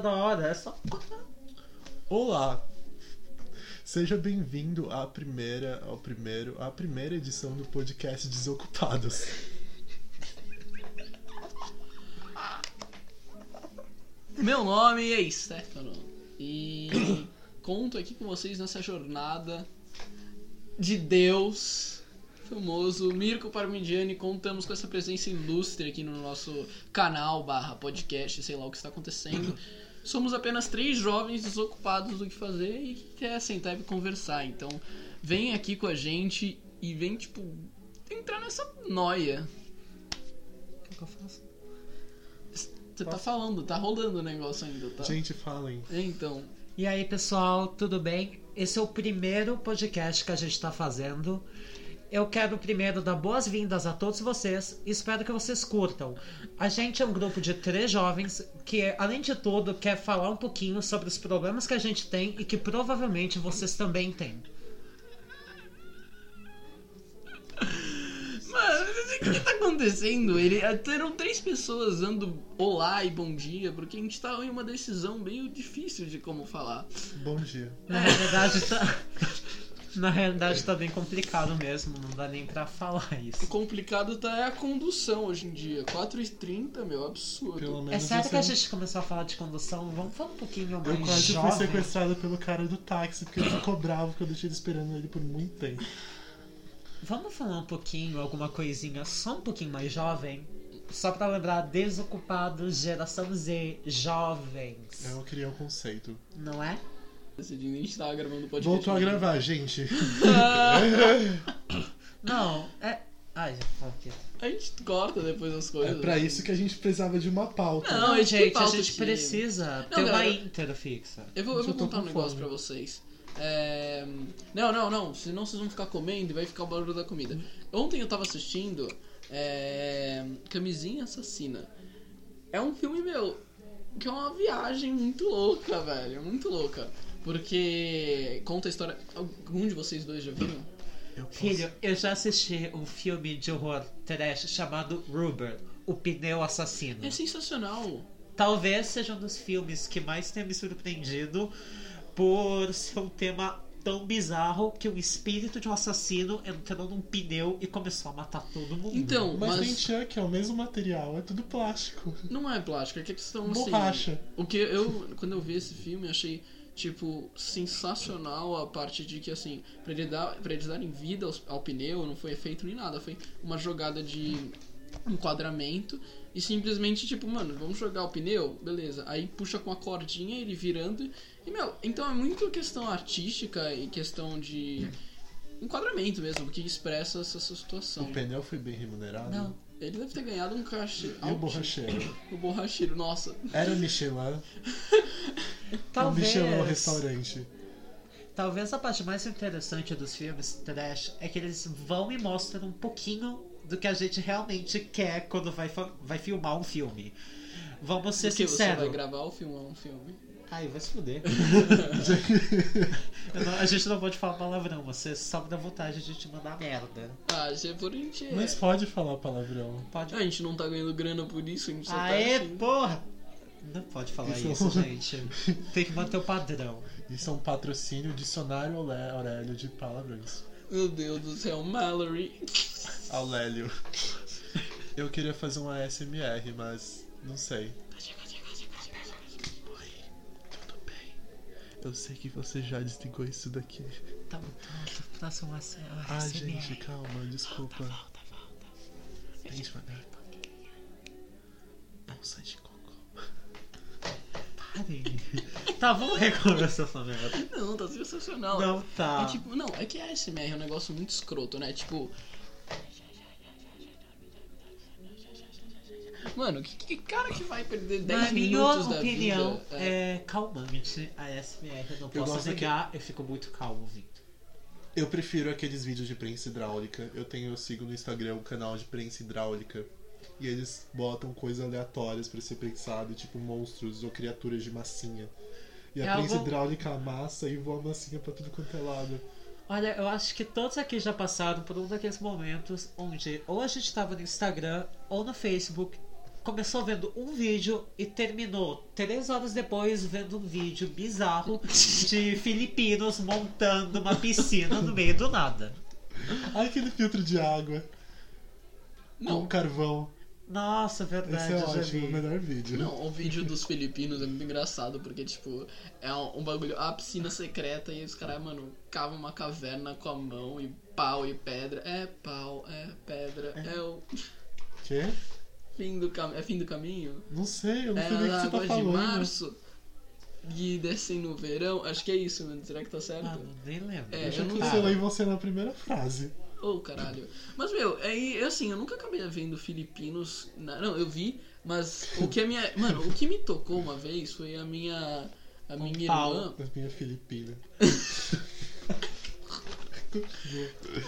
da hora, é só. Olá! Seja bem-vindo à primeira, ao primeiro, à primeira edição do podcast Desocupados. Meu nome é Stefano e conto aqui com vocês nessa jornada de Deus, famoso Mirko Parmigiani. Contamos com essa presença ilustre aqui no nosso canal, barra podcast, sei lá o que está acontecendo. Somos apenas três jovens desocupados do que fazer e que quer sentar e conversar. Então, vem aqui com a gente e vem, tipo, entrar nessa noia. O que, que eu faço? Você tá falando, tá rolando o negócio ainda, tá? Gente, falem. Então, E aí, pessoal, tudo bem? Esse é o primeiro podcast que a gente tá fazendo. Eu quero primeiro dar boas-vindas a todos vocês e espero que vocês curtam. A gente é um grupo de três jovens que, além de tudo, quer falar um pouquinho sobre os problemas que a gente tem e que provavelmente vocês também têm. Mano, o que que tá acontecendo? Ele, é, eram três pessoas dando olá e bom dia, porque a gente tá em uma decisão meio difícil de como falar. Bom dia. Na realidade, tá. Na realidade, tá bem complicado mesmo, não dá nem pra falar O isso. complicado tá é a condução hoje em dia. 4h30, meu, absurdo. Pelo menos É sério você que a não- gente começou a falar de condução? Vamos falar um pouquinho mais Eu quase jovem. fui sequestrado pelo cara do táxi, porque ele ficou bravo porque eu deixei ele esperando ele por muito tempo. Vamos falar um pouquinho, alguma coisinha só um pouquinho mais jovem? Só pra lembrar, desocupados, geração Z, jovens. É, Eu criei o conceito. Não é? Decidindo, a gente tava gravando o podcast. Voltou a gravar, gente. Ah. Não, é. Ai, já falou aqui. A gente corta depois as É coisas. pra isso que a gente precisava de uma pauta. Não, que gente, a pauta gente que- precisa ter uma galera. intro fixa. Eu vou, eu Gente, vou eu tô contar um com negócio fome. pra vocês. É, Não, não, não. Senão vocês vão ficar comendo e vai ficar o barulho da comida. Ontem eu tava assistindo é, Camisinha Assassina. É um filme, meu, que é uma viagem muito louca, velho. Muito louca. Porque conta a história. Algum de vocês dois já viram? Eu posso- Filho, eu já assisti um filme de horror trash chamado Rubber, o pneu assassino. É sensacional. Uhum. Talvez seja um dos filmes que mais tenha me surpreendido por ser um tema tão bizarro que o espírito de um assassino entrou num pneu e começou a matar todo mundo. Então, Mas, mas, tem Chuck, é o mesmo material, é tudo plástico. não é plástico, é que questão assim. Borracha. O que eu, quando eu vi esse filme, achei, tipo, sensacional a parte de que, assim, pra, ele dar, pra eles darem vida aos- ao, pneu, não foi efeito nem nada, foi uma jogada de enquadramento e simplesmente, tipo, mano, vamos jogar o pneu? Beleza. Aí puxa com a cordinha, ele virando. E, meu, então é muito questão artística e questão de enquadramento mesmo, que expressa essa situação. O pneu foi bem remunerado. Não. Ele deve ter ganhado um caixa. E o borracheiro? O borracheiro, nossa. Era o Michelin. talvez. O Michelin é o restaurante. Talvez a parte mais interessante dos filmes trash é que eles vão e mostram um pouquinho do que a gente realmente quer quando vai, fa- vai filmar um filme. Vamos ser Porque você vai sinceros. gravar o filme, é um filme. Ai, vai se fuder. Eu não- a gente não pode falar palavrão, você sabe da vontade de te mandar merda. Ah, isso é por a gente. Mas pode falar palavrão. Pode. A gente não tá ganhando grana por isso, a gente só Aê, tá assim. porra! Não pode falar Isso. isso, gente. Tem que manter o padrão. Isso é um patrocínio dicionário Auré- Aurélio de palavrões. Meu Deus do céu, Mallory. Aurélio. Eu queria fazer um ASMR, mas não sei. Oi, tudo bem? Eu sei que você já desligou isso daqui. Tá bom, tá, próximo Ah, gente, calma, desculpa. Volta, volta. Bem devagar. Bolsa de cocô. Parem. Tá, vamos recomeçar essa merda. Não, tá sensacional. Não tá. É tipo, não, é que a SMR é um negócio muito escroto, né? Tipo. Mano, que, que cara que vai perder 10 Na minha minutos da opinião, vida? é calmante a SMR. Eu não posso gosto que- negar, eu fico muito calmo, Vitor. Eu prefiro aqueles vídeos de prensa hidráulica. Eu tenho, eu sigo no Instagram o canal de prensa hidráulica. E eles botam coisas aleatórias pra ser prensado, tipo monstros ou criaturas de massinha. E a É prensa algo- hidráulica amassa e voa a massinha pra tudo quanto é lado. Olha, eu acho que todos aqui já passaram por um daqueles momentos onde ou a gente tava no Instagram, ou no Facebook, começou vendo um vídeo e terminou três horas depois vendo um vídeo bizarro de filipinos montando uma piscina no meio do nada. Ai, aquele filtro de água com Não, carvão. Nossa, Esse verdade, é eu já ótimo, o vi. melhor vídeo. não, o vídeo dos filipinos é muito engraçado, porque, tipo, é um, um bagulho, a piscina secreta e os caras, mano, cavam uma caverna com a mão e pau e pedra. É pau, é pedra, é, o Quê? fim do, cam é fim do caminho. Não sei, eu não É sei nem o que na você tá água de falando. março e descem no verão. Acho que é isso, mano. Será que tá certo? Ah, Mano, Ah, nem lembro. É, Eu já eu não- cancelei você na primeira frase. Ô, caralho. Mas, meu, aí, assim, eu nunca acabei vendo filipinos. na- Não, eu vi, mas o que a minha. Mano, o que me tocou uma vez foi a minha. A minha pau. irmã. Na minha Filipina.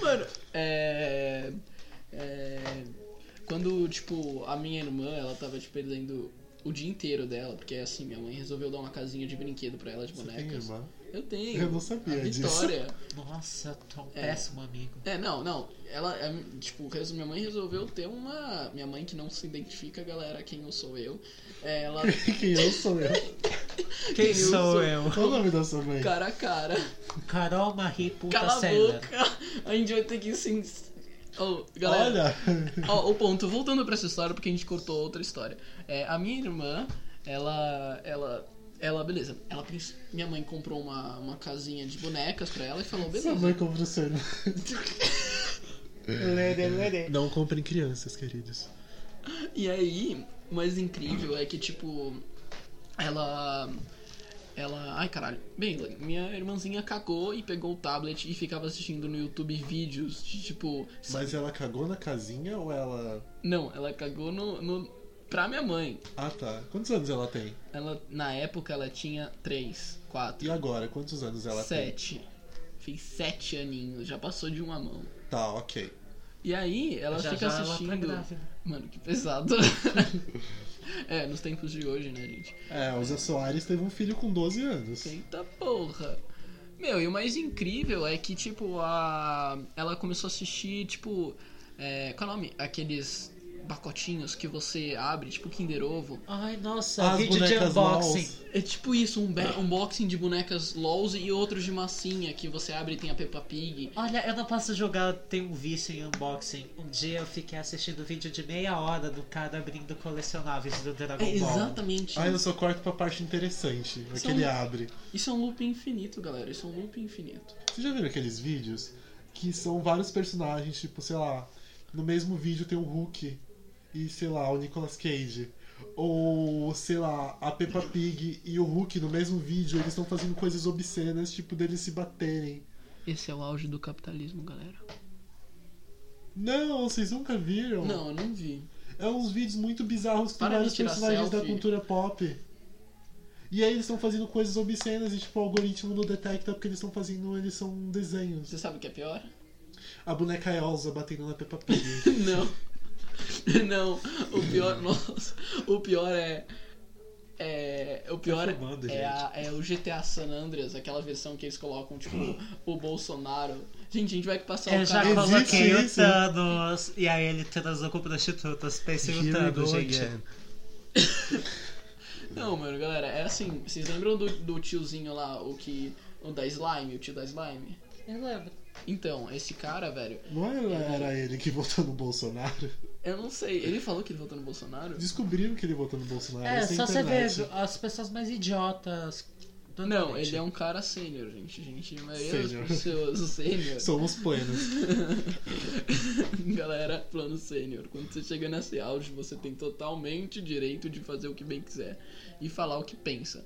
Mano, é. É. Quando, tipo, a minha irmã, ela tava, tipo, perdendo o dia inteiro dela, porque, assim, minha mãe resolveu dar uma casinha de brinquedo pra ela de Você tem bonecas. irmã? Eu tenho. Eu não sabia a disso. Vitória. Nossa, eu tô um É. péssimo amigo. É, não, não. Ela, é, tipo, resu- minha mãe resolveu ter uma. Minha mãe que não se identifica, galera, quem eu sou eu. é, Ela. Quem eu sou eu? Quem sou eu? Qual o nome da sua mãe? Cara a cara. Carol Marie Puta Cala a Seller. boca. A gente vai ter que se. ins- Oh, galera. Olha! Ó, o ponto, voltando pra essa história, porque a gente cortou outra história. É, a minha irmã, ela. Ela. Ela, beleza. Ela, pens- minha mãe comprou uma, uma casinha de bonecas pra ela e falou, Sua beleza. mãe né? comprou seu irmão. Lere, lere. Não comprem crianças, queridos. E aí, o mais incrível é que, tipo, ela. Ela. Ai, caralho. Bem, minha irmãzinha cagou e pegou o tablet e ficava assistindo no YouTube vídeos de tipo. Mas ela cagou na casinha ou ela. Não, ela cagou no. no... pra minha mãe. Ah tá. Quantos anos ela tem? Ela, na época ela tinha 3, 4, E agora? Quantos anos ela tem? 7. Fez 7 aninhos, já passou de uma mão. Tá, ok. E aí ela já, fica já assistindo. Ela tá grávida. Mano, que pesado. é, nos tempos de hoje, né, gente? É, o Zé Soares teve um filho com 12 anos. Eita porra! Meu, e o mais incrível é que, tipo, a. Ela começou a assistir, tipo. É... Qual é o nome? Aqueles pacotinhos que você abre, tipo Kinder Ovo. Ai, nossa, As vídeo de bonecas unboxing. LOLs. É tipo isso, um be- unboxing de bonecas LOLs e outros de massinha que você abre e tem a Peppa Pig. Olha, eu não posso julgar, eu tenho um vício em unboxing. Um dia eu fiquei assistindo um vídeo de meia hora do cara abrindo colecionáveis do Dragon É Ball. exatamente Ah, eu isso. só corto pra parte interessante. São- Aquele abre. Isso é um loop infinito, galera. Isso é um loop infinito. Vocês já viram aqueles vídeos que são vários personagens, tipo, sei lá, no mesmo vídeo tem o Hulk e, sei lá, o Nicolas Cage. Ou, sei lá, a Peppa Pig e o Hulk no mesmo vídeo, eles estão fazendo coisas obscenas, tipo, deles se baterem. Esse é o auge do capitalismo, galera. Não, vocês nunca viram? Não, eu não vi. É uns vídeos muito bizarros com Para de vários tirar personagens da selfie. cultura pop. E aí eles estão fazendo coisas obscenas e tipo o algoritmo não detecta porque eles estão fazendo, eles são desenhos. Você sabe o que é pior? A boneca Elsa batendo na Peppa Pig. Não. Não. O pior, nossa, o pior é é o pior Tá filmando, é, a- é o GTA San Andreas, aquela versão que eles colocam tipo o Bolsonaro. Gente, a gente vai passar Eu o já cara. Existe coloquei o isso? Thanos e aí ele transou com prostitutas. Pensei no Thanos, gente. Não, mano, galera, é assim, vocês lembram do, do tiozinho lá, o que o da slime, o tio da slime? Eu lembro. Então, esse cara, velho, Não era, era ele que votou no Bolsonaro? eu não sei, ele falou que ele votou no Bolsonaro? Descobriram que ele votou no Bolsonaro. É, essa só você internet. ver as pessoas mais idiotas. do Não, internet. ele é um cara sênior, gente. Gente, a maioria das Sênior. pessoas sênior. Somos plenos. Galera, plano sênior. Quando você chega nesse auge, você tem totalmente direito de fazer o que bem quiser e falar o que pensa.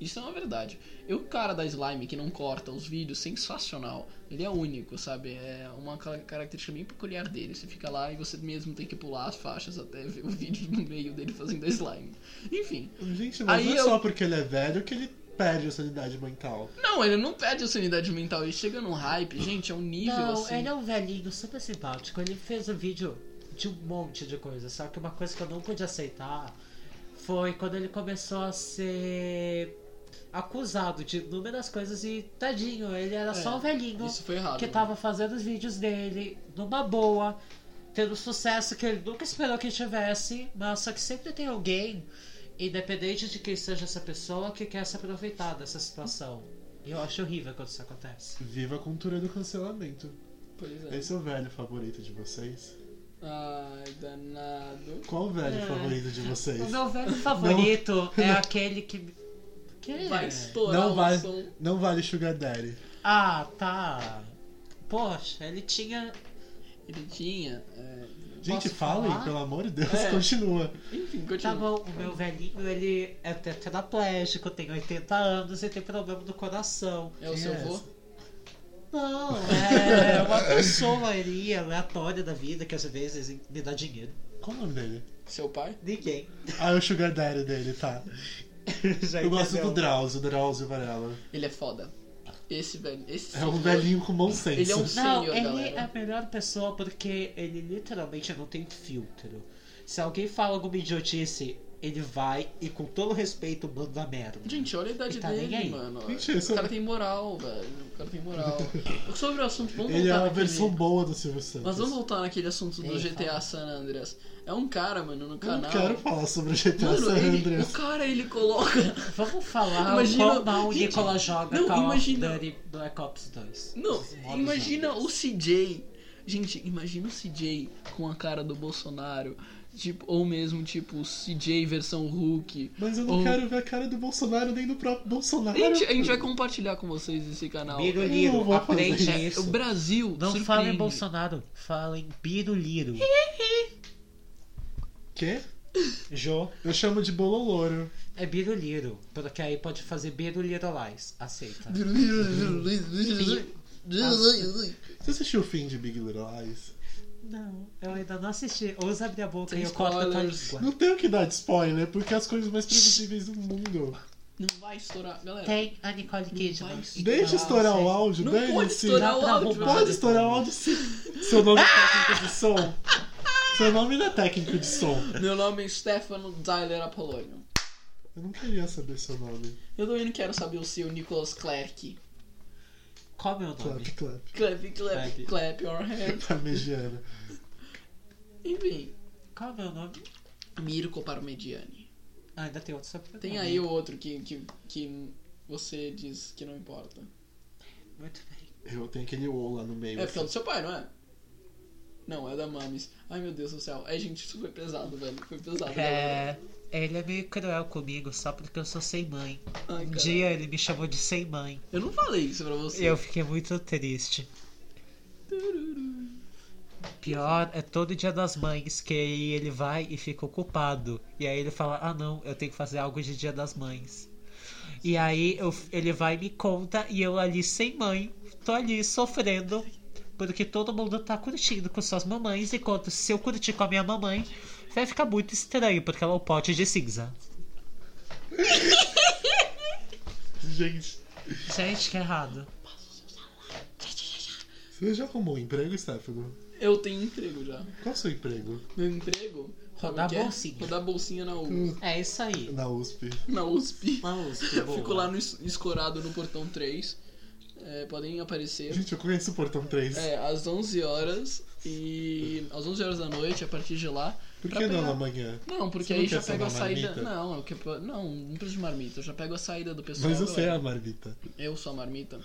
Isso é uma verdade. E o cara da slime que não corta os vídeos, sensacional. Ele é único, sabe? É uma ca- característica bem peculiar dele. Você fica lá e você mesmo tem que pular as faixas até ver o vídeo no meio dele fazendo a slime. Enfim. Gente, mas Aí não é eu- só porque ele é velho que ele perde a sanidade mental. Não, ele não perde a sanidade mental. Ele chega num hype, gente, é um nível Não, assim. ele é um velhinho super simpático. Ele fez um vídeo de um monte de coisa. Só que uma coisa que eu não pude aceitar foi quando ele começou a ser acusado de inúmeras coisas e tadinho, ele era É, né? só um velhinho né? Isso foi errado. que tava fazendo os vídeos dele numa boa. ter o sucesso que ele nunca esperou que tivesse, mas só que sempre tem alguém, independente de quem seja essa pessoa, que quer se aproveitar dessa situação. E eu acho horrível quando isso acontece. Viva a cultura do cancelamento. Pois é. Esse é o velho favorito de vocês? Ai, danado. Qual o velho É. favorito de vocês? O meu velho favorito é aquele que. É, que... Vai estourar Não o vai- som. Não vale Sugar Daddy. Ah, tá. Poxa, ele tinha. Ele tinha. é, Gente, Posso falem, falar? pelo amor de Deus, É. continua. Enfim, Tá continua. bom, o meu velhinho, ele é tetraplégico, tem 80 anos e tem problema do coração. É o seu Yes. vô? Não, é uma pessoa ali, aleatória da vida, que às vezes me dá dinheiro. Qual o nome dele? Seu pai? Ninguém. Ah, é o Sugar Daddy dele, tá. Já Tá Eu gosto do entendeu. Drauzio, Drauzio Varela. Ele é foda. Esse velho. Esse É um senhor- velhinho com bom senso. Ele é um Não, senhor, ele galera. é a melhor pessoa porque ele literalmente não tem filtro. Se alguém fala alguma idiotice, ele vai e com todo respeito manda merda. Gente, olha a idade Ele tá nem dele, aí. mano. Gente, esse o cara é- tem moral, velho. O cara tem moral. Sobre o assunto, vamos Ele é voltar uma naquele... versão boa do Silvio Santos. Mas vamos voltar naquele assunto do Ei, GTA fala. San Andreas. É um cara, mano, no Eu não canal. quero falar sobre o GTA Mano, San ele, o Andreas. cara ele coloca. Vamos falar Imagina- qual mal o gente, Nicolas joga não, Call imagina- of Duty Black Ops 2. Não, Os modos imagina jogos. o CJ. Gente, imagina o CJ com a cara do Bolsonaro. Tipo, ou mesmo, tipo, o CJ versão Hulk. Mas eu não Ou- quero ver a cara do Bolsonaro nem do próprio Bolsonaro. Gente, a gente vai compartilhar com vocês esse canal. É Eu Biruliro, vou fazer aprende O isso. Brasil. Não surpreende. falem Bolsonaro, falem Biruliro. Quê? Jô Eu chamo de bololouro. é Biruliro, porque aí pode fazer Birulirolais. Aceita. Você assistiu o fim de Big Little Lies? Não, eu ainda não assisti. Ousa abrir a boca Sem e eu corto a tua spoilers. língua. Não tenho que dar de spoiler, porque é as coisas mais previsíveis do mundo. Não vai estourar, galera. Tem a Nicole Não Kidman. vai Deixa estourar o áudio, Não dane-se. pode estourar Dá o pra áudio. roubar. Pode estourar o áudio sim. Seu nome é técnico de som. Seu nome não é técnico de som. Meu nome é Stefano Tyler Apolônio. Eu não queria saber seu nome. Eu também não quero saber o seu Nicholas Clerc. Qual é o meu nome? Clap, clap. Clap, clap, Clerc. clap your hand. Tá mejando. Enfim, Qual é o meu nome? Mirko Parmigiani. Ah, ainda tem outro sobrenome. Tem aí o outro que, que, que você diz que não importa. Muito bem. Eu tenho aquele O lá no meio. assim. É porque é do seu pai, não é? Não, é da Mames. Ai meu Deus do céu. É, gente, isso foi pesado, velho. Foi pesado. galera. É, ele é meio cruel comigo, só porque eu sou sem mãe. Ai, Um cara. dia ele me chamou de sem mãe. Eu não falei isso pra você. E eu fiquei muito triste. Pior é todo dia das mães, que aí ele vai e fica ocupado. E aí ele fala, ah não, eu tenho que fazer algo de dia das mães. E aí eu- ele vai e me conta e eu ali sem mãe, tô ali sofrendo. Porque todo mundo tá curtindo com suas mamães, enquanto se eu curtir com a minha mamãe, vai ficar muito estranho, porque ela é um pote de cinza. Gente, Gente, que errado. você já arrumou um emprego, Stefano? Eu tenho emprego já. Qual o seu emprego? Meu emprego? sabe Rodar o que é? bolsinha. Rodar bolsinha na U. É isso aí. Na USP. Na USP. Vamos, Ah, que Eu boa. fico lá no es- escorado no portão 3. É, podem aparecer. Gente, eu conheço o Portão 3. É, às 11 horas e às 11 horas da noite, a partir de lá. Por que pra não pegar- na manhã? Não, porque Você não aí quer já ser pego a uma saída. marmita? Não, eu que... não, não preciso de marmita, eu já pego a saída do pessoal. Mas eu sei galera. a marmita. Eu sou a marmita.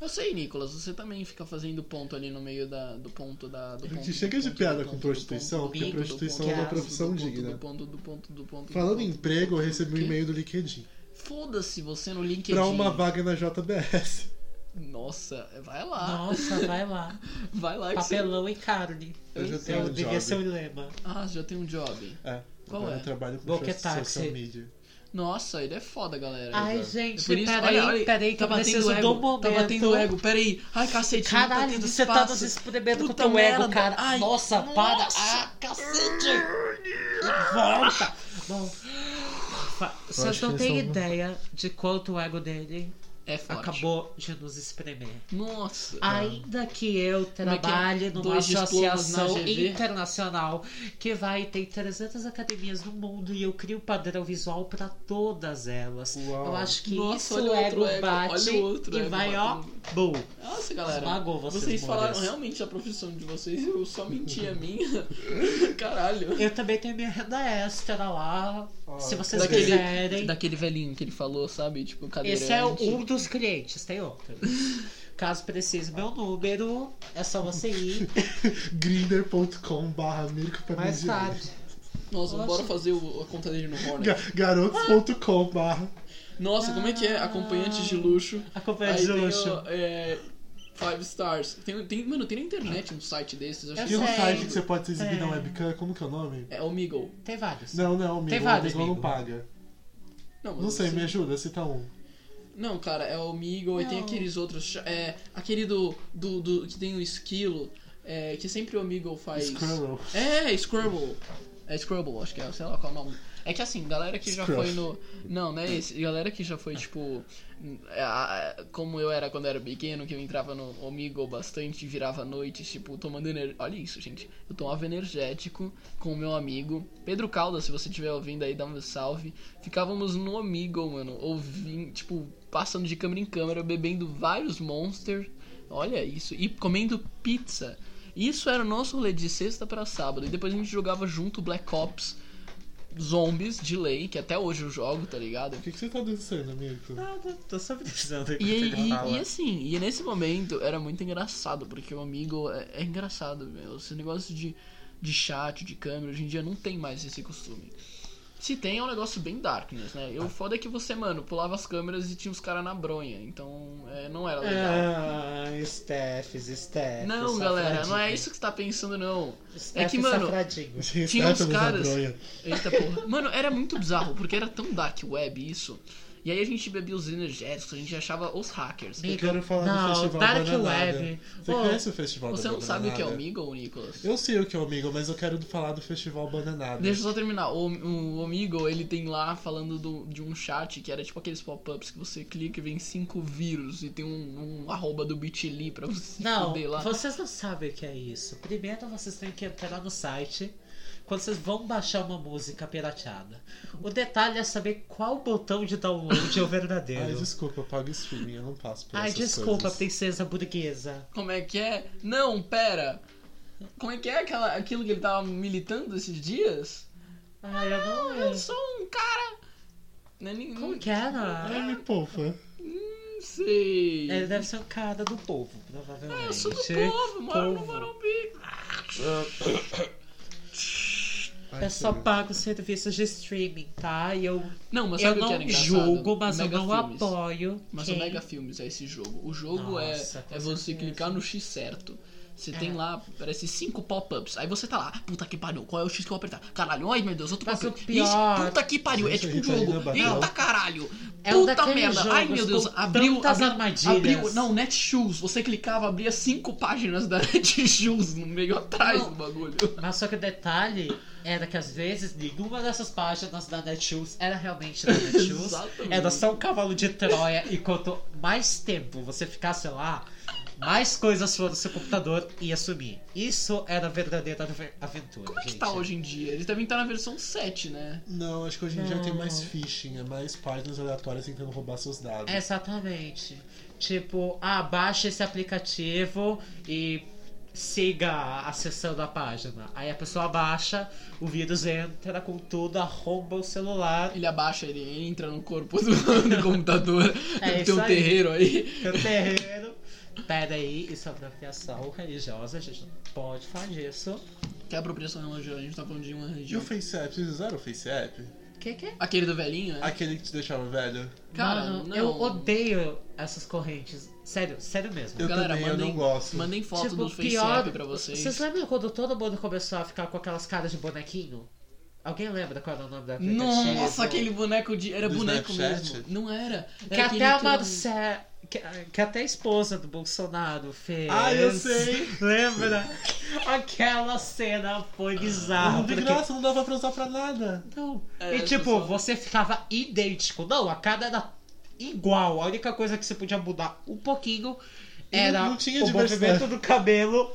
Eu sei, Nicolas, você também fica fazendo ponto ali no meio da, do ponto da. Do ponto, Gente, do chega de ponto, piada do com ponto, do prostituição, ponto, do porque ponto, do prostituição ponto, é uma do profissão ponto, do digna. ponto, do ponto, do ponto, do Falando ponto, em do emprego, eu ponto, recebi um do e-mail do LinkedIn. Foda-se você no LinkedIn. Pra uma vaga na JBS. Nossa, vai lá. Nossa, vai lá. Vai lá que você... Papelão e carne. Eu já Eu tenho um devia ser job. o lema. Ah, já tem um job. É. Qual agora é? Eu trabalho com Boca social táxi. media. Nossa, ele é foda, galera. Ai, Exato. gente, Por isso, peraí, olha, olha, peraí, que tá eu preciso batendo ego. do momento. Tá batendo ego, peraí. Ai, cacete, não tá Caralho, tendo você tá espaço. nos espremendo com Puta teu ego, merda. cara. Ai, nossa, nossa. para. Ah, cacete. Volta. Bom, fa- vocês acho não que é têm eles são- ideia de quanto o ego dele É forte. acabou de nos espremer. Nossa. Ainda que eu é que é? trabalhe numa Dois diplomas na associação GV? internacional que vai ter 300 academias no mundo e eu crio padrão visual pra todas elas. Uau. Eu acho que Nossa, isso olha o o ego outro ego, bate olha o outro e ego vai, ó, batendo. bum. Nossa, galera. Esmagou vocês, falaram Mores. realmente a profissão de vocês eu só menti a minha. Caralho. Eu também tenho minha renda extra lá, Ah, se vocês daquele- quiserem. daquele velhinho que ele falou, sabe? Tipo, cadeirante. Esse é um dos clientes, tem outro. Caso precise meu número, é só você ir Grinder.com barra Mirko pra mais pedir. tarde. Nossa, Nossa. bora fazer o- a conta dele no Hornet. Ga- Garotos.com barra. Nossa, como é que Ah. é? Acompanhantes de luxo. Acompanhante de Aí tem luxo. o, é, five Stars. Tem, tem, mano, tem na internet um site desses. Eu Eu E acho um sei. site que você pode se exibir É. na webcam, como que é o nome? É o Meagle. Tem vários. Não, não, amigo. Tem o vários, amigo não amigo. paga. mas Não sei, você- me ajuda, cita um. Não, cara, é o Meagle e tem Não. aqueles outros. cha- É, aquele do, do, do- que tem um esquilo, é, que sempre o Meagle faz. Squirrel. É, Scrabble. É Scrabble, acho que é, sei lá qual é o nome. É que assim, galera que já Scruff. foi no. Não, não é esse. Galera que já foi, tipo. n- é, a- é, Como eu era quando era pequeno, que eu entrava no Omigo bastante, virava à noite, tipo, tomando energético. Olha isso, gente. Eu tomava energético com o meu amigo. Pedro Caldas, se você estiver ouvindo aí, dá um salve. Ficávamos no Omigo, mano, ouvindo, tipo, passando de câmera em câmera, bebendo vários monsters. Olha isso. E comendo pizza. Isso era o nosso rolê de sexta pra sábado. E depois a gente jogava junto Black Ops Zombies de lei, que até hoje eu jogo, tá ligado? O que, que você tá dançando, amigo? Nada, tô só precisando E, e, fala. e assim, e nesse momento era muito engraçado, porque o amigo é, é engraçado, meu. Esse negócio de, de chat, de câmera, hoje em dia não tem mais esse costume. Se tem, é um negócio bem darkness, né? E o foda é que você, mano, pulava as câmeras e tinha os caras na bronha, então é, não era legal. Ah, Steffes, Steffes. não, galera, não é isso que você tá pensando, não. Steffes, É que, mano, Safradinho. Tinha uns Estátua da caras- Zabronha. Eita porra. Mano, era muito bizarro, porque era tão dark web isso. E aí a gente bebia os energéticos, a gente achava os hackers. Me- Eu quero falar Não, do Festival Dark Bananada. Web. Você Ô, conhece o Festival Você não Bananada? sabe o que é o Omigo, Nicolas? Eu sei o que é o amigo, mas eu quero falar do Festival Bananada. Deixa eu só terminar. O, o Omigo, ele tem lá falando do- de um chat que era tipo aqueles pop-ups que você clica e vem cinco vírus e tem um, um arroba do bit.ly pra você se Não, fuder lá. vocês não sabem o que é isso. Primeiro vocês têm que entrar no site quando vocês vão baixar uma música pirateada. O detalhe é saber qual botão de download é o Ai, verdadeiro. desculpa, eu pago streaming, eu não passo por Ai, essas desculpa, coisas. princesa burguesa. Como é que é? Não, pera. Como é que é aquela, aquilo que ele tava militando esses dias? Ai, eu não Eu lembro. sou um cara... Não é nem- Hum. É, Como que era? Ai, me poupa. Não sei. Ele deve ser um cara do povo, provavelmente. Ah, Eu sou do povo, moro no povo. Morumbi. Eu só pago serviços de streaming, tá? E eu Não, mas eu sabe o que não era engraçado? julgo, mas Mega eu não Filmes. apoio. Mas quem... o Mega Filmes é esse jogo. O jogo Nossa, com é, é você certeza. clicar no X certo. Você tem É. lá, parece cinco pop-ups. Aí você tá lá, puta que pariu, qual é o X que eu vou apertar? Caralho, ai meu Deus, outro Mas pop-up. o pior- Ixi, puta que pariu, é Gente, tipo a um gente ainda jogo. bateu. Eita caralho, É o puta daquele merda. jogo, Ai meu Deus, com abriu, tantas abriu, armadilhas. abriu. Não, Netshoes, você clicava, abria cinco páginas da Netshoes no meio atrás Não. do bagulho. Mas só que o detalhe era que às vezes nenhuma dessas páginas da Netshoes era realmente da Netshoes. Exatamente. era só um cavalo de Troia. E quanto mais tempo você ficasse lá, mais coisas foram no seu computador e ia sumir. Isso era a verdadeira ave- aventura. Como é que gente. tá hoje em dia? Eles devem estar na versão 7, né? Não, acho que hoje em dia Não. tem mais phishing, é mais páginas aleatórias tentando roubar seus dados. É. Exatamente. Tipo, ah, baixa esse aplicativo e siga acessando a página. Aí a pessoa baixa, o vírus entra com tudo, arromba o celular. Ele abaixa, ele entra no corpo do, do computador. É Deve ter isso um aí. terreiro aí. Meu terreiro. Pera aí, isso é apropriação religiosa, a gente não pode falar disso. Que é apropriação religiosa, a gente tá falando de uma E o religião. FaceApp? Vocês usaram o FaceApp? Que que é? Aquele do velhinho, né? Aquele que te deixava velho? Cara, Mano, não. eu odeio essas correntes. Sério, sério mesmo. Eu Galera, também, eu mandem, não gosto. mandem foto Tipo, do FaceApp pior- pra vocês. Vocês lembram quando todo mundo começou a ficar com aquelas caras de bonequinho? Alguém lembra qual era o nome da aplicativo? Nossa, aquele boneco de. Era É tipo Do boneco Snapchat? mesmo. Não era. era um Que aquele até a eu- Marcela. Que, que até a esposa do Bolsonaro fez. Ah, eu sei. Lembra? Aquela cena foi Ah. bizarra. um Não, Ah, de porque- graça, não dava pra usar pra nada. Não. É, e as tipo, pessoas- você ficava idêntico. Não, a cada era igual. A única coisa que você podia mudar um pouquinho E era não tinha o diversidade. movimento do cabelo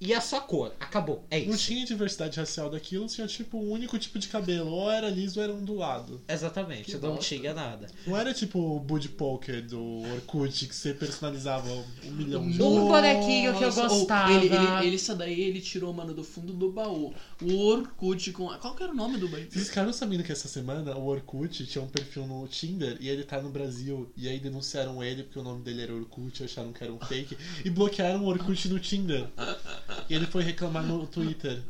e a sua cor. Acabou. É Não isso. tinha diversidade racial daquilo, tinha tipo um único tipo de cabelo. Ou era liso ou era ondulado. Exatamente, Que não bosta. tinha nada. Não era tipo o Bud Poker do Orkut que você personalizava um milhão de Não. Um bonequinho que eu Nossa, ou gostava. Ele, ele, ele, isso daí ele tirou, mano, do fundo do baú. O Orkut com. Qual que era o nome do baú? Vocês ficaram sabendo que essa semana o Orkut tinha um perfil no Tinder e ele tá no Brasil. E aí denunciaram ele porque o nome dele era Orkut, acharam que era um fake. E bloquearam o Orkut no Tinder. E ele foi reclamar no Twitter.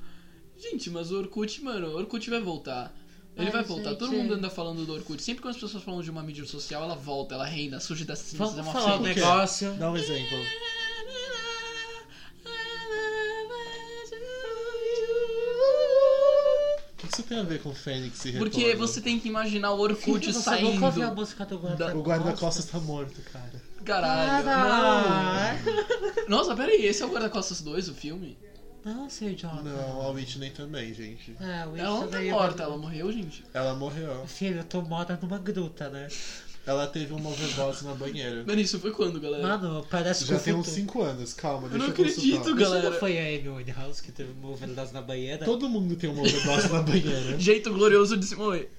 Gente, mas o Orkut, mano, o Orkut vai voltar. Ele Ai, vai voltar. Todo gente. mundo anda falando do Orkut. Sempre quando as pessoas falam de uma mídia social, ela volta, ela reina, surge das cinzas, é Vamos uma falar um o febre. quê? negócio. Dá um exemplo. O que que isso tem a ver com Fênix e Retorno? Porque você tem que imaginar o Filho, Orkut você saindo. nunca ouviu a música do guarda O guarda-costas tá morto, cara. Caralho. Cara! Não. Nossa, pera aí, esse é o Guarda-Costas 2, o filme? Não, seu idiota. Não, a Whitney também, gente. É, o Ela não Wilson tá veio- morta, ela morreu, gente. Ela morreu. Filho, tu mora numa gruta, né? Ela teve uma overdose na banheira. Mano, isso foi quando, galera? Mano, parece que Já o tem uns futuro- 5 anos, calma, deixa não eu, acredito, consultar. Isso galera. não foi a Amy Winehouse que teve uma overdose na banheira? Todo mundo tem uma overdose na banheira. Jeito glorioso de se morrer.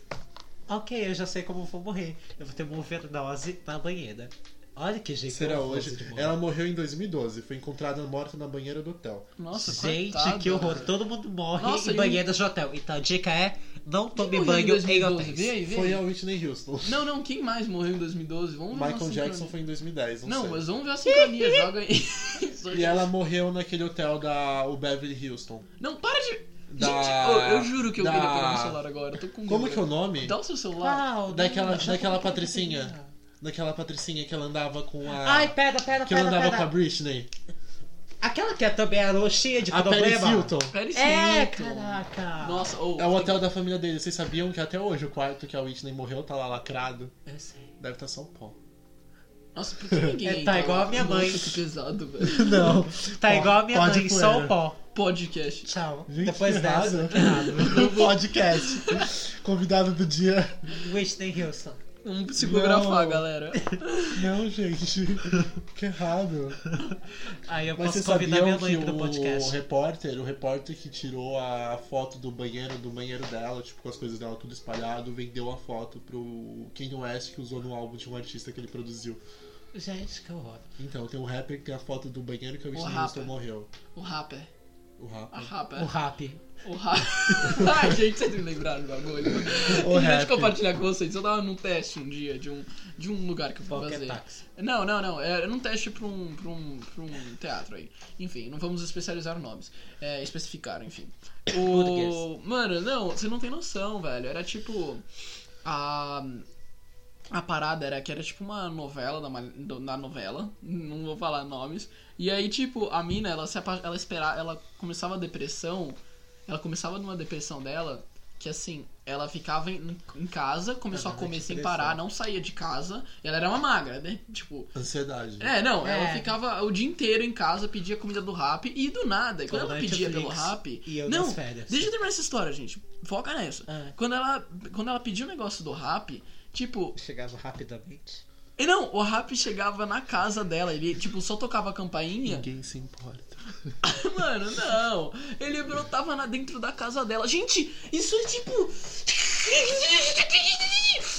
Ok, eu já sei como eu vou morrer. Eu vou ter uma overdose na banheira. Olha que jeito Será horroroso hoje? de morrer. Ela morreu em 2012, foi encontrada morta na banheira do hotel. Nossa, Gente, coitada. que horror. Todo mundo morre Nossa, em e- banheiras de hotel. Então a dica é, não Quem tome morreu banho em 2012? Vê hotéis. aí, vê Foi a aí. Whitney Houston. Não, não, quem mais morreu em 2012? Vamos ver Michael uma Jackson sincronia. foi um em 2010, não, Não, sei. mas vamos ver a sincronia, joga aí. E ela morreu naquele hotel da o Beverly Houston. Não, para de... Da- Gente, eu, eu juro que eu da- queria pegar meu celular agora, eu tô com Como dor. que é o nome? Dá o seu celular. Uau, Daquela- não, já daquela contei. patricinha. Daquela patricinha que ela andava com a... Ai, pera, pera, que ela pera, andava pera. com a Britney. Aquela que é também a roxinha de A Paris problema. Hilton. Paris É, Hilton. caraca. Nossa, ou... Ah, É o hotel da família dele. Vocês sabiam que até hoje o quarto que a Whitney morreu tá lá lacrado? Eu sei. Deve estar só o pó. É Nossa, por que ninguém... É, tá entra igual lá? a minha mãe. Nossa, que pesado, velho. Não. Tá igual a minha Pode mãe, com só ela. o pó. Podcast. Tchau. Gente, Depois que dessa, errado. No podcast. Convidado do dia. Whitney Houston. Vamos psicografar, Não. galera. Não, gente. Que errado. Aí eu Mas posso vocês convidar minha sabiam que mãe pro o podcast. repórter, o repórter que tirou a foto do banheiro, do banheiro dela, tipo, com as coisas dela tudo espalhado, vendeu a foto pro Kanye West que usou no álbum de um artista que ele produziu. Gente, que horror. Então, tem um rapper que tem a foto do banheiro que a Whitney rapper. Houston morreu. O rapper. O A rapper. O rapper. rap. O rapper. Ai, gente, vocês me lembraram do bagulho. O Eu ia rapper. te compartilhar com vocês. Eu tava num teste um dia de um, de um lugar que eu fui Qualquer fazer. táxi. Não, não, não. Era um teste pra um, pra um, pra um teatro aí. Enfim, não vamos especializar nomes. É, especificar, enfim. O... Português. Mano, não, você não tem noção, velho. Era tipo. A. A parada era que era tipo uma novela da, ma- do- da novela, não vou falar nomes. E aí, tipo, a mina, ela se apa- ela esperava, ela começava a depressão, ela começava numa depressão dela, que assim, ela ficava em, em casa, começou Ah, a comer que sem depressão. parar, não saía de casa. e Ela era uma magra, né? Tipo, Ansiedade. é, não, ela É. ficava o dia inteiro em casa, pedia comida do rap e do nada, e quando ela Colorante pedia Flix pelo rap. e eu não, nas férias. deixa eu terminar essa história, gente. Foca nessa. Ah. Quando ela quando ela pedia o negócio do rap, tipo, Chegava rapidamente. e não, o rap chegava na casa dela, ele tipo só tocava a campainha. Ninguém se importa. Mano, não. Ele brotava na dentro da casa dela. Gente, isso é tipo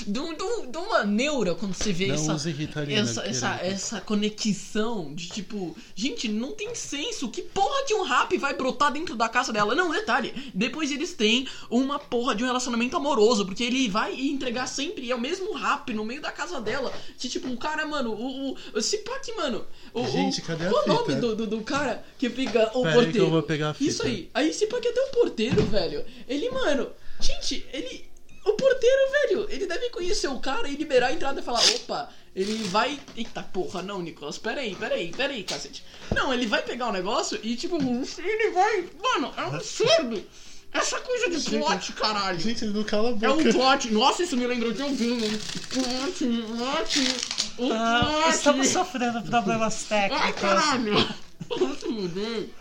de, um- de um- de uma neura quando você vê Não essa use Ritalina. essa, essa, é- querido. essa conexão de tipo, gente, não tem senso. Que porra de um rap vai brotar dentro da casa dela? Não, é detalhe. Depois eles têm uma porra de um relacionamento amoroso, porque ele vai entregar sempre e é o mesmo rap no meio da casa dela. De tipo, um cara, mano, o. o esse pac, mano. O, o- Gente, cadê a Qual o nome fita? do, do, do cara que fica. O Pera aí que eu porteiro. vou pegar a fita. Isso aí. Aí esse pac é até o porteiro, velho. Ele, mano. Gente, ele. O porteiro, velho, ele deve conhecer o cara e liberar a entrada e falar, opa, ele vai. Eita porra, não, Nicolas, peraí, peraí, peraí, cacete. Não, ele vai pegar o negócio e tipo, ele vai. Mano, é um absurdo! Essa coisa de plot, caralho! Gente, ele não cala a boca. É um plot, nossa, isso me lembrou de um filme. Plot, plot, o Ah, estamos plot. sofrendo problemas Ai, técnicos. caralho! Muito mudei.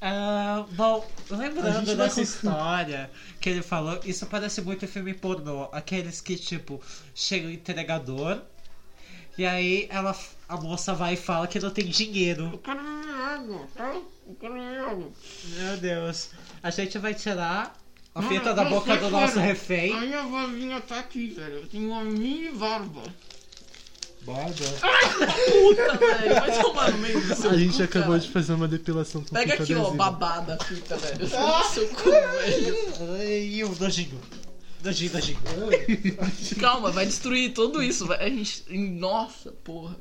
Ah, bom, A lembrando gente vai dessa com- história que ele falou, isso parece muito filme pornô. Aqueles que, tipo, chega o entregador, E aí ela, a moça vai e fala que não tem dinheiro. Meu Deus. A gente vai tirar a fita da boca do nosso refém. A minha vozinha tá aqui, velho. Eu tenho uma mini barba. Bada. Puta, velho. Vai tomar no meio do seu A gente cu, acabou É um cara. de fazer uma depilação com Pega fita aqui, ó, adesiva. babada a fita, velho. No seu cu, velho. E o nojinho. Nojinho, nojinho. Calma, vai destruir tudo isso. Vai. A gente... Nossa, porra.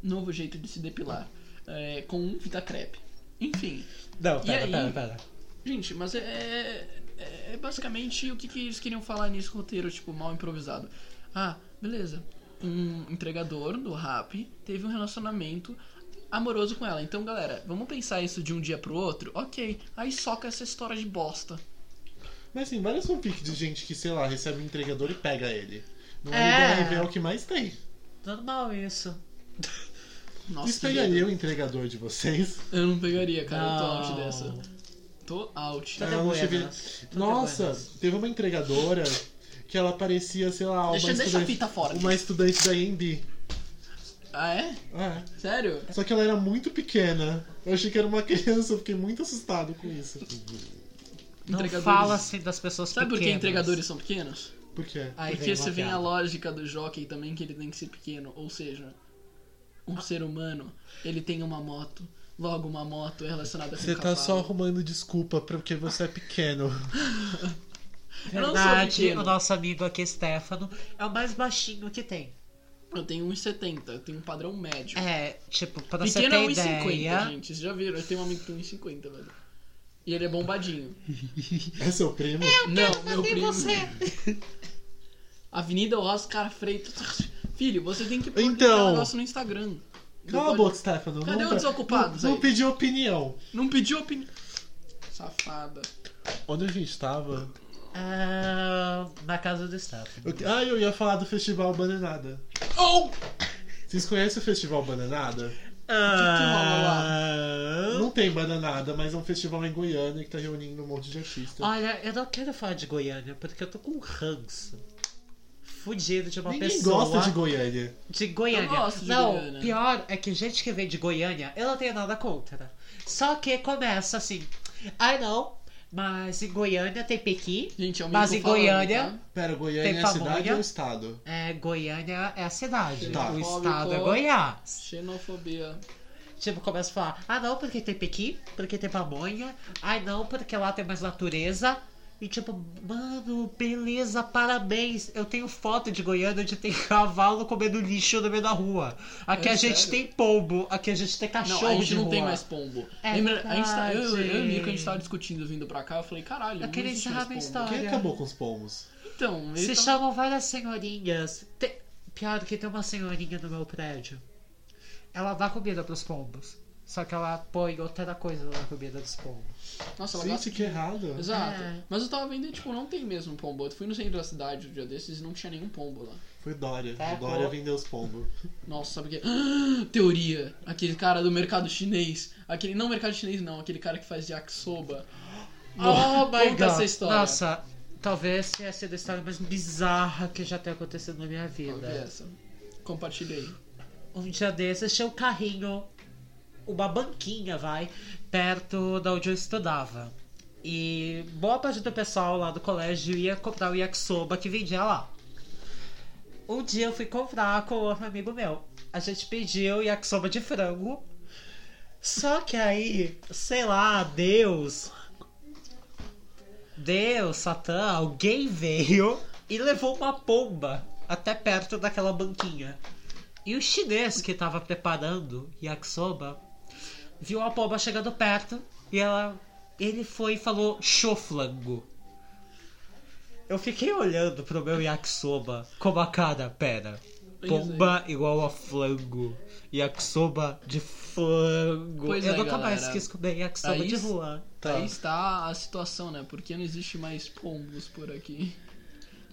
Novo jeito de se depilar. É, com fita crepe. Enfim. Não, pera, aí? pera, pera. Gente, mas é, é- é basicamente o que, que eles queriam falar nesse roteiro, tipo, mal improvisado. Ah, beleza. Um entregador do rap teve um relacionamento amoroso com ela. Então, galera, vamos pensar isso de um dia pro outro? Ok. Aí soca essa história de bosta. Mas assim, várias fanfics de gente que, sei lá, recebe um entregador e pega ele. No É. é. é o que mais tem. Normal isso. Nossa, Vocês que medo. pegariam o entregador de vocês? Eu não pegaria, cara. Eu tô Não. out dessa. Tô out. Tá Eu não de cheguei- buenas. Tô de Nossa, buenas. teve uma entregadora que ela parecia, sei lá, uma Deixa- deixa a estudante- fita fora. Uma estudante da EMB. Ah, é? É. Sério? Só que ela era muito pequena. Eu achei que era uma criança, eu fiquei muito assustado com isso. Não Entregadores- fala assim das pessoas Sabe por que pequenas. entregadores são pequenos? Por quê? Aí Porque vem uma se vem a piada. lógica do jockey também que ele tem que ser pequeno, ou seja, um ser humano, ele tem uma moto, logo uma moto é relacionada com Você um tá cavalo. só arrumando desculpa porque você é pequeno. Eu não sou Verdade, pequeno. o nosso amigo aqui, Stefano, é o mais baixinho que tem. Eu tenho 1,70, eu tenho um padrão médio. É, tipo, pra você pequeno é ter 1,50, ideia... gente, vocês já viram, eu tenho um amigo que tem 1,50, velho. E ele é bombadinho. É seu primo? não, meu fazer primo. você. Avenida Oscar Freitas. Filho, você tem que publicar Então. negócio no Instagram. Cala a Não boca, Stefano. Cadê não, o desocupado, Não, Zé? não pedi opinião. pode- Não pediu opinião. Safada. Onde a gente tava? Ah, na casa do Stefano. Eu- Ah, eu ia falar do Festival Bananada. Oh! Vocês conhecem o Festival Bananada? Ah. Não tem bananada, mas é um festival em Goiânia que tá reunindo um monte de artistas. Ah, Olha, eu não quero falar de Goiânia, porque eu tô com um ranço. Fudido de uma Ninguém pessoa. gosta de Goiânia. de Goiânia. Eu gosto de não, Goiânia. pior é que gente que vem de Goiânia, eu não tenho nada contra. Só que começa assim. Ai não, mas em Goiânia tem Pequi. Gente, é o Mas Mico em falando, Goiânia- tá? Pera, Goiânia Tem é a cidade pamonha? ou o estado? É, Goiânia é a cidade. Tá. O estado é Fóbico. Goiás. Xenofobia. Tipo, começa a falar, ah não, porque tem Pequi, porque tem pamonha, ai não, porque lá tem mais natureza. E tipo, mano, beleza, parabéns. Eu tenho foto de Goiânia onde tem cavalo comendo lixo no meio da rua. Aqui É a gente sério? tem pombo, aqui a gente tem cachorro Não, a gente de não rua. tem mais pombo. É Lembra? A gente tá, eu, eu e o verdade. Mirko, a gente tava discutindo vindo pra cá. Eu falei, caralho, Eu não queria existe encerrar mais minha pombo. história. Quem Olha. acabou com os pomos? Então, Se ele tá- chamam várias senhorinhas. Te- Pior que tem uma senhorinha no meu prédio. Ela dá comida pros pombos. Só que ela põe outra coisa na comida dos pombos. Nossa, ela gosta... Gente, que é. errado. Exato. É. Mas eu tava vendo e, tipo, não tem mesmo pombo. Eu fui no centro da cidade um dia desses e não tinha nenhum pombo lá. Foi Dória. Tá, Dória pô. vendeu os pombos. Nossa, sabe o que? Teoria. Aquele cara do mercado chinês. Aquele. Não mercado chinês, não. Aquele cara que faz yakisoba. Oh my Conta god! essa história. Nossa, talvez tenha sido a história mais bizarra que já tenha acontecido na minha Qual que é vida. essa? Compartilhei. Um dia desses tinha um carrinho, uma banquinha, vai, perto da onde eu estudava. E boa parte do pessoal lá do colégio ia comprar o yakisoba que vendia lá. Um dia eu fui comprar com outro amigo meu. A gente pediu yakisoba de frango. Só que aí, sei lá, Deus. Deus, Satã, alguém veio e levou uma pomba até perto daquela banquinha. E o chinês que tava preparando yakisoba viu a pomba chegando perto e ela ele foi e falou choflango. Eu fiquei olhando pro meu yakisoba com a cara, pera. Pomba é. igual a flango. Yakisoba de flango. Pois Eu é, nunca mais galera. quis comer yakisoba Aí de s- rua. Tá. Aí está a situação, né? Porque não existe mais pombos por aqui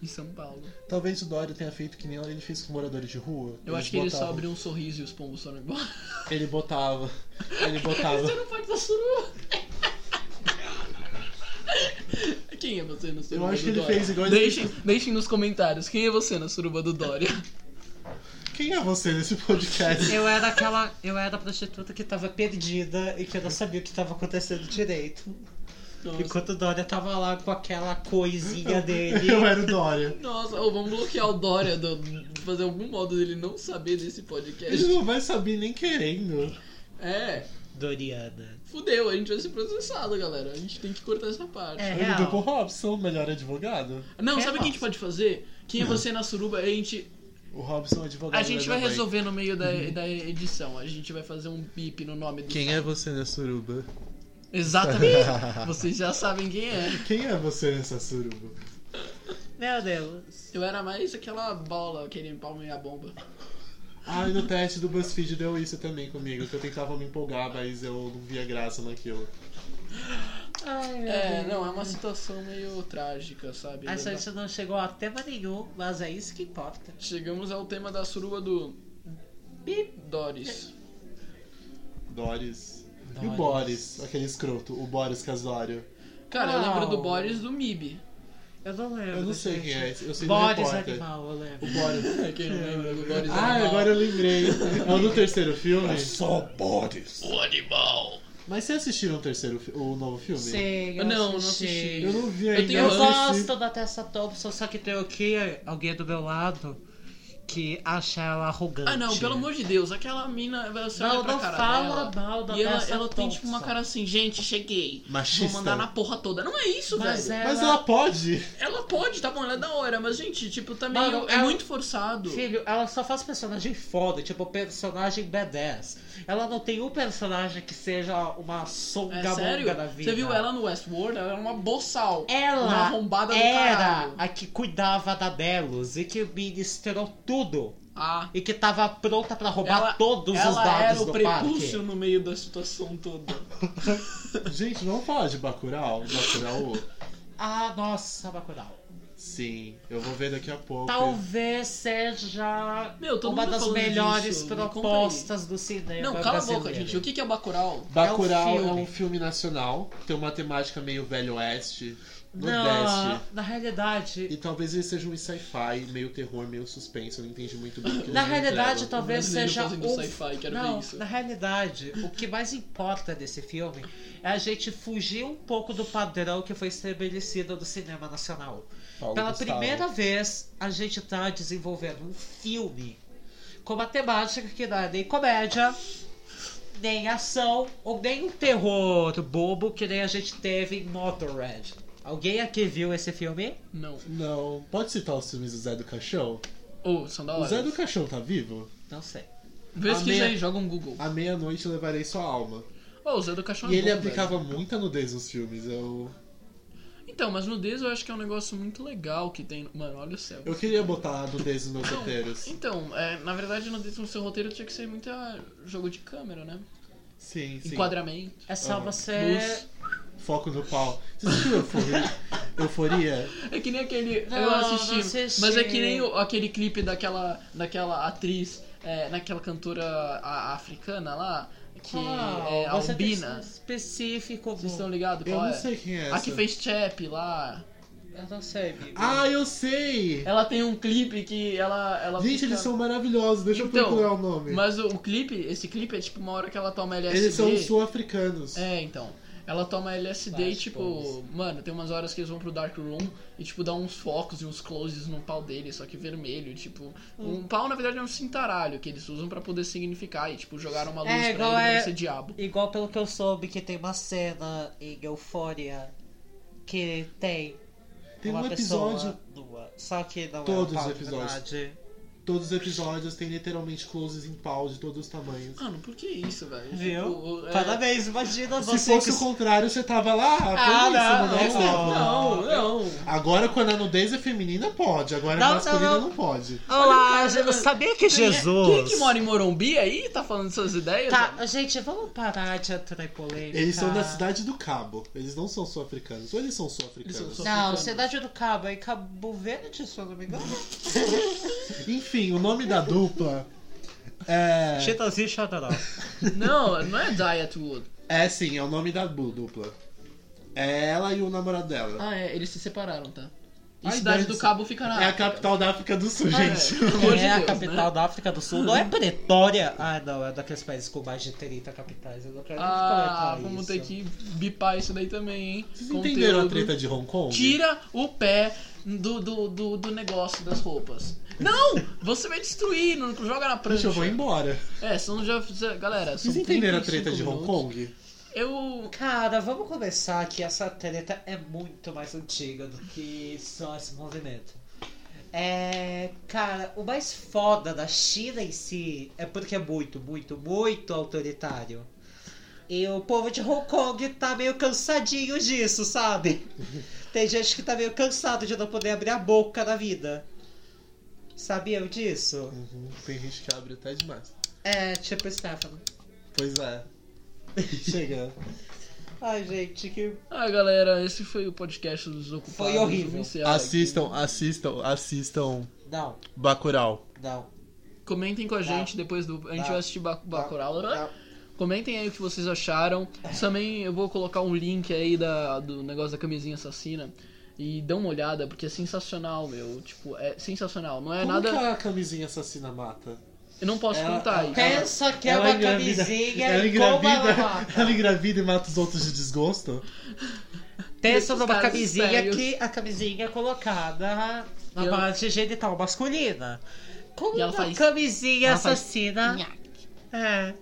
em São Paulo. Talvez o Dória tenha feito que nem ele fez com moradores de rua. Eu Eles acho que ele só botavam- abriu um sorriso e os pombos foram embora. Ele botava. Ele Você botava. não pode dar suruba. Quem é você na suruba Eu acho do que ele Dória? fez igual ele Deixem, deixem nos comentários quem é você na suruba do Dória. Quem é você nesse podcast? Eu era aquela. Eu era a prostituta que tava perdida e que não sabia o que tava acontecendo direito. Nossa, Enquanto o Dória tava lá com aquela coisinha dele. Eu era o Dória. Nossa, ô, vamos bloquear o Dória, do, fazer algum modo dele não saber desse Ele podcast. não vai saber nem querendo. É, Doriana. fudeu, a gente vai ser processado, galera. A gente tem que cortar essa parte. É. Ele real. deu pro Robson, melhor advogado. Não, É sabe o que a gente nossa. pode fazer? Quem é você na suruba? A gente, O Robson é advogado. a gente da vai minha mãe. resolver no meio da, da edição. A gente vai fazer um bip no nome do. Quem é você nessa suruba? Exatamente. Vocês já sabem quem é. Quem é você nessa suruba? Meu Deus. Eu era mais aquela bola, aquele palmo e a bomba. Ah, e no teste do BuzzFeed deu isso também comigo, que eu tentava me empolgar, mas eu não via graça naquilo. Ai, É, não, é uma situação meio trágica, sabe? Essa gente não chegou a tema nenhum, mas é isso que importa. Chegamos ao tema da suruba do Bip Doris. Doris. E o Doris. Boris, aquele escroto, o Boris Casório. Cara, eu lembro do Uau. Boris do MIB. Eu não lembro. Eu não sei gente. quem é esse, eu sei do Boris repórter. Animal, eu O lembro. Boris. Quem não lembra do Boris Ah, Animal? agora eu lembrei. É o do terceiro filme? Só Boris. O animal. Mas vocês assistiram o terceiro fi- o novo filme? Sei, eu Não, não assisti. assisti. Eu não vi Eu ainda. tenho Eu não assisti. gosto da Tessa Thompson, só que tem aqui alguém do meu lado que acha ela arrogante. Ah, não, pelo amor de Deus, aquela mina, você Não, olha pra não cara fala dela. mal da e ela, Tessa ela tem tipo Thompson. uma cara assim, gente, cheguei. Machista. Vou mandar na porra toda. Não é isso, Mas velho. ela, Mas ela pode! Ela pode, tá bom, ela é da hora, mas gente, tipo, tá meio. Mano, é ela- muito forçado. Filho, ela só faz personagem foda, tipo personagem B10. Ela não tem um personagem que seja uma É songa sério? monga da vida. Você viu ela no Westworld? Ela era uma boçal. É. Uma Ela arrombada do era caralho. a que cuidava da Delos e que ministrou tudo. Ah. E que tava pronta pra roubar Ela- todos os ela dados era o do prepúcio parque. no meio da situação toda. Gente, não é fala de Bacurau. Bacurau. Ah, nossa, Bacurau. Sim, eu vou ver daqui a pouco. Tá Talvez seja Meu, todo uma mundo tá das falando melhores disso, me conta aí. propostas do cinema Não, cala a brasileiro. boca, gente. O que que é o Bacurau? Bacurau é É um, um filme. filme nacional, tem uma temática meio velho oeste, Não, nordeste. na realidade, E talvez ele seja um sci-fi, meio terror, meio suspense, eu não entendi muito bem o que Na eles realidade, entrelam. talvez Brasileiro seja fazendo o- sci-fi, quero não, ver isso. na realidade, o que mais importa desse filme é a gente fugir um pouco do padrão que foi estabelecido do cinema nacional. Paulo Pela Gustavo. primeira vez, a gente tá desenvolvendo um filme com uma temática que não é nem comédia, nem ação, ou nem um terror bobo que nem a gente teve em Motorhead. Alguém aqui viu esse filme? Não. Não, pode citar os filmes do Zé do Caixão? Ô, são da O Zé hora. do Caixão tá vivo? Não sei. Pesquisa Amei. aí, joga um Google. À meia-noite levarei sua alma. Ô, o Zé do Caixão E é ele bom, aplicava muita nudez nos filmes. Eu, velho. Então, mas nudez eu acho que é um negócio muito legal que tem. Mano, olha o céu. eu queria botar nudez nos meus roteiros. Então, é, na verdade, nudez no seu roteiro tinha que ser muito ah, jogo de câmera, né? Sim, sim. Enquadramento. É só Aham. você. Ah, Luz. Foco no pau. Você assistiu Euforia? Euforia? É que nem aquele. Não, eu não assisti, assisti. Mas é que nem o- aquele clipe daquela, daquela atriz, é, naquela cantora a- africana lá, que Qual? é Você tem albina. que ser específico, Vocês Gu. estão ligados? Eu qual não é? sei quem é essa. A que fez Chap lá. Eu não sei, amigo. Ah, eu sei! Ela tem um clipe que ela. ela Gente, fica- eles são maravilhosos. Deixa eu Então, procurar o nome. Mas o, o clipe, esse clipe é tipo uma hora que ela toma LSD. Eles são sul-africanos. É, então. Ela toma LSD e, Vários tipo, pontos. mano, tem umas horas que eles vão pro Dark Room e, tipo, dá uns focos e uns closes no pau dele, só que vermelho, tipo. Um pau, na verdade, é um cintaralho que eles usam pra poder significar e, tipo, jogaram uma luz É, pra igual ele é- não ser diabo. Igual pelo que eu soube que tem uma cena em Euphoria que tem, é Tem uma um pessoa episódio. nua. Só que não Todos é um pau os de episódios. verdade. Todos os episódios têm literalmente closes em pau de todos os tamanhos. Mano, por que isso, velho? Viu? Tipo, é- Parabéns, imagina Se você. fosse que- o contrário, você tava lá. Ah, ah, não, não, essa- não, Não, não. Agora, quando a nudez é feminina, pode. Agora Não, a masculina não, não, não. pode. Olá, Olha o cara- eu sabia é- que Jesus. Quem, quem que mora em Morumbi aí tá falando essas ideias? velho? Tá, gente, vamos parar de entrar em polêmica. Eles são da cidade do Cabo. Eles não são sul-africanos. Ou eles são sul-africanos. Eles são Não, Cidade do Cabo, é em Cabo Verde, se eu não me engano. Enfim, o nome da dupla é. Chitãozinho e Chororó. Não, não é Diet Wood. É sim, é o nome da bu- dupla. É ela e o namorado dela. Ah, é, eles se separaram, tá? E Ai, Cidade deve do ser. Cabo fica na É a África. capital da África do Sul, Ah, é. gente. Pelo amor de é a Deus, capital né? da África do Sul, não é Pretória. Ah, não, é daqueles países com mais de 30 capitais. Eu não quero nem Ah, comentar vamos isso. ter que bipar isso daí também, hein? Vocês Conteúdo. entenderam a treta de Hong Kong? Tira o pé do, do, do, do negócio das roupas. Não! Você vai destruir, não joga na prancha. Gente, eu vou embora. É, são já. Galera, são Vocês entenderam a 35 treta de Hong minutos. Kong? Eu. Cara, vamos começar que essa treta é muito mais antiga do que só esse movimento. É, cara, o mais foda da China em si é porque é muito, muito, muito autoritário. E o povo de Hong Kong tá meio cansadinho disso, sabe? Tem gente que tá meio cansado de não poder abrir a boca na vida. Sabiam disso? Uhum, Tem gente que abre até demais. É, tipo o Stefano. Pois é. Chega. Ai, gente, que. Ah, galera, esse foi o podcast dos ocupados. Foi horrível. Vamos encerrar aqui. Assistam, assistam, assistam Não, Bacurau. não. Comentem com a gente Tá. depois do. A gente Tá. vai assistir Bac- Bacurau. né? não. Comentem aí o que vocês acharam. Também eu vou colocar um link aí da, do negócio da camisinha assassina. E dão uma olhada, porque é sensacional, meu. Tipo, é sensacional. Não é Como nada. que a camisinha assassina mata? Eu não posso Ela- contar ela- isso. Pensa que é uma engravida- camisinha ela e como ela é. engravida, mata. ela engravida e mata os outros de desgosto? Pensa numa Caras camisinha sérios. que a camisinha é colocada na E ela- parte genital masculina. Como E ela uma faz- camisinha ela faz- assassina. É.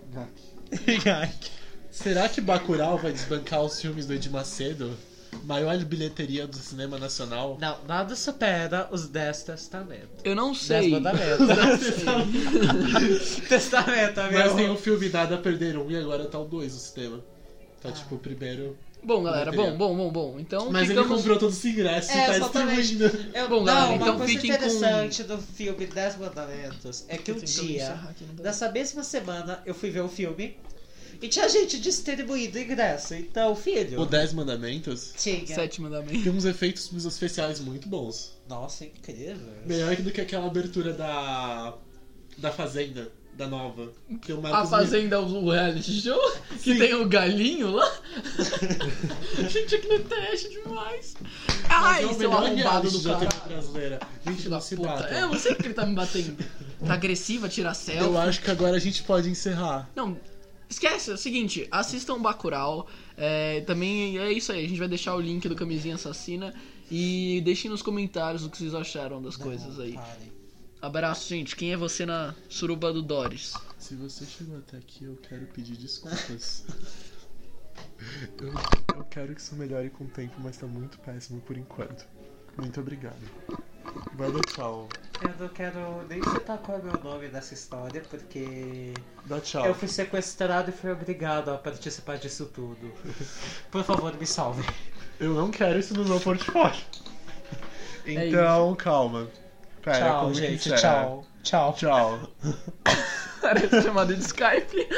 Será que Bacurau vai desbancar os filmes do Ed Macedo? Maior bilheteria do cinema nacional? Não, nada supera os 10 testamentos. Eu não Dez sei. mandamentos. Testamento, Mas tem amigo. o filme Nada a Perder um e agora tá o dois no cinema. Ah. Tá tipo o primeiro. Bom, galera, bom, Bilheteria. bom, bom, bom. Então Mas ele ficamos. comprou todos os ingressos É, e tá exatamente. distribuindo. Eu, Bom, não, galera, uma então coisa fiquem com- interessante do filme 10 mandamentos é que um Eu tentando dia, encerrar aqui, não dá. nessa mesma semana, eu fui ver o filme e tinha gente distribuindo ingresso. Então, filho. O Dez Mandamentos Tinha. Sete mandamentos. tem uns efeitos nos especiais muito bons. Nossa, incrível. Melhor do que aquela abertura da. da Fazenda, da nova. Que o A Marcos Fazenda do reality show, que Sim. tem o galinho lá. Gente, aquilo é trash demais. Mas Ai, é o seu melhor arrombado reality do da cara. TV brasileira. Gente, Filho da não se puta. mata. É, você que ele tá me batendo. Tá agressiva, tira selfie. Eu acho que agora a gente pode encerrar. Não, esquece, é o seguinte, assistam Bacurau. É, também é isso aí, a gente vai deixar o link do Camisinha Assassina. E deixem nos comentários o que vocês acharam das coisas aí. parem. Abraço, gente. Quem é você na suruba do Doris? Se você chegou até aqui, eu quero pedir desculpas. eu, eu quero que isso melhore com o tempo, mas tá muito péssimo por enquanto. Muito obrigado. Valeu, tchau. Eu não quero nem citar qual é o meu nome nessa história, porque Dá Tá. tchau. eu fui sequestrado e fui obrigado a participar disso tudo. Por favor, me salve. Eu não quero isso no meu portfólio. É Então, calma. Pera, tchau, como que é? gente. encerra? Tchau. Tchau. Tchau. Parece chamada é de Skype.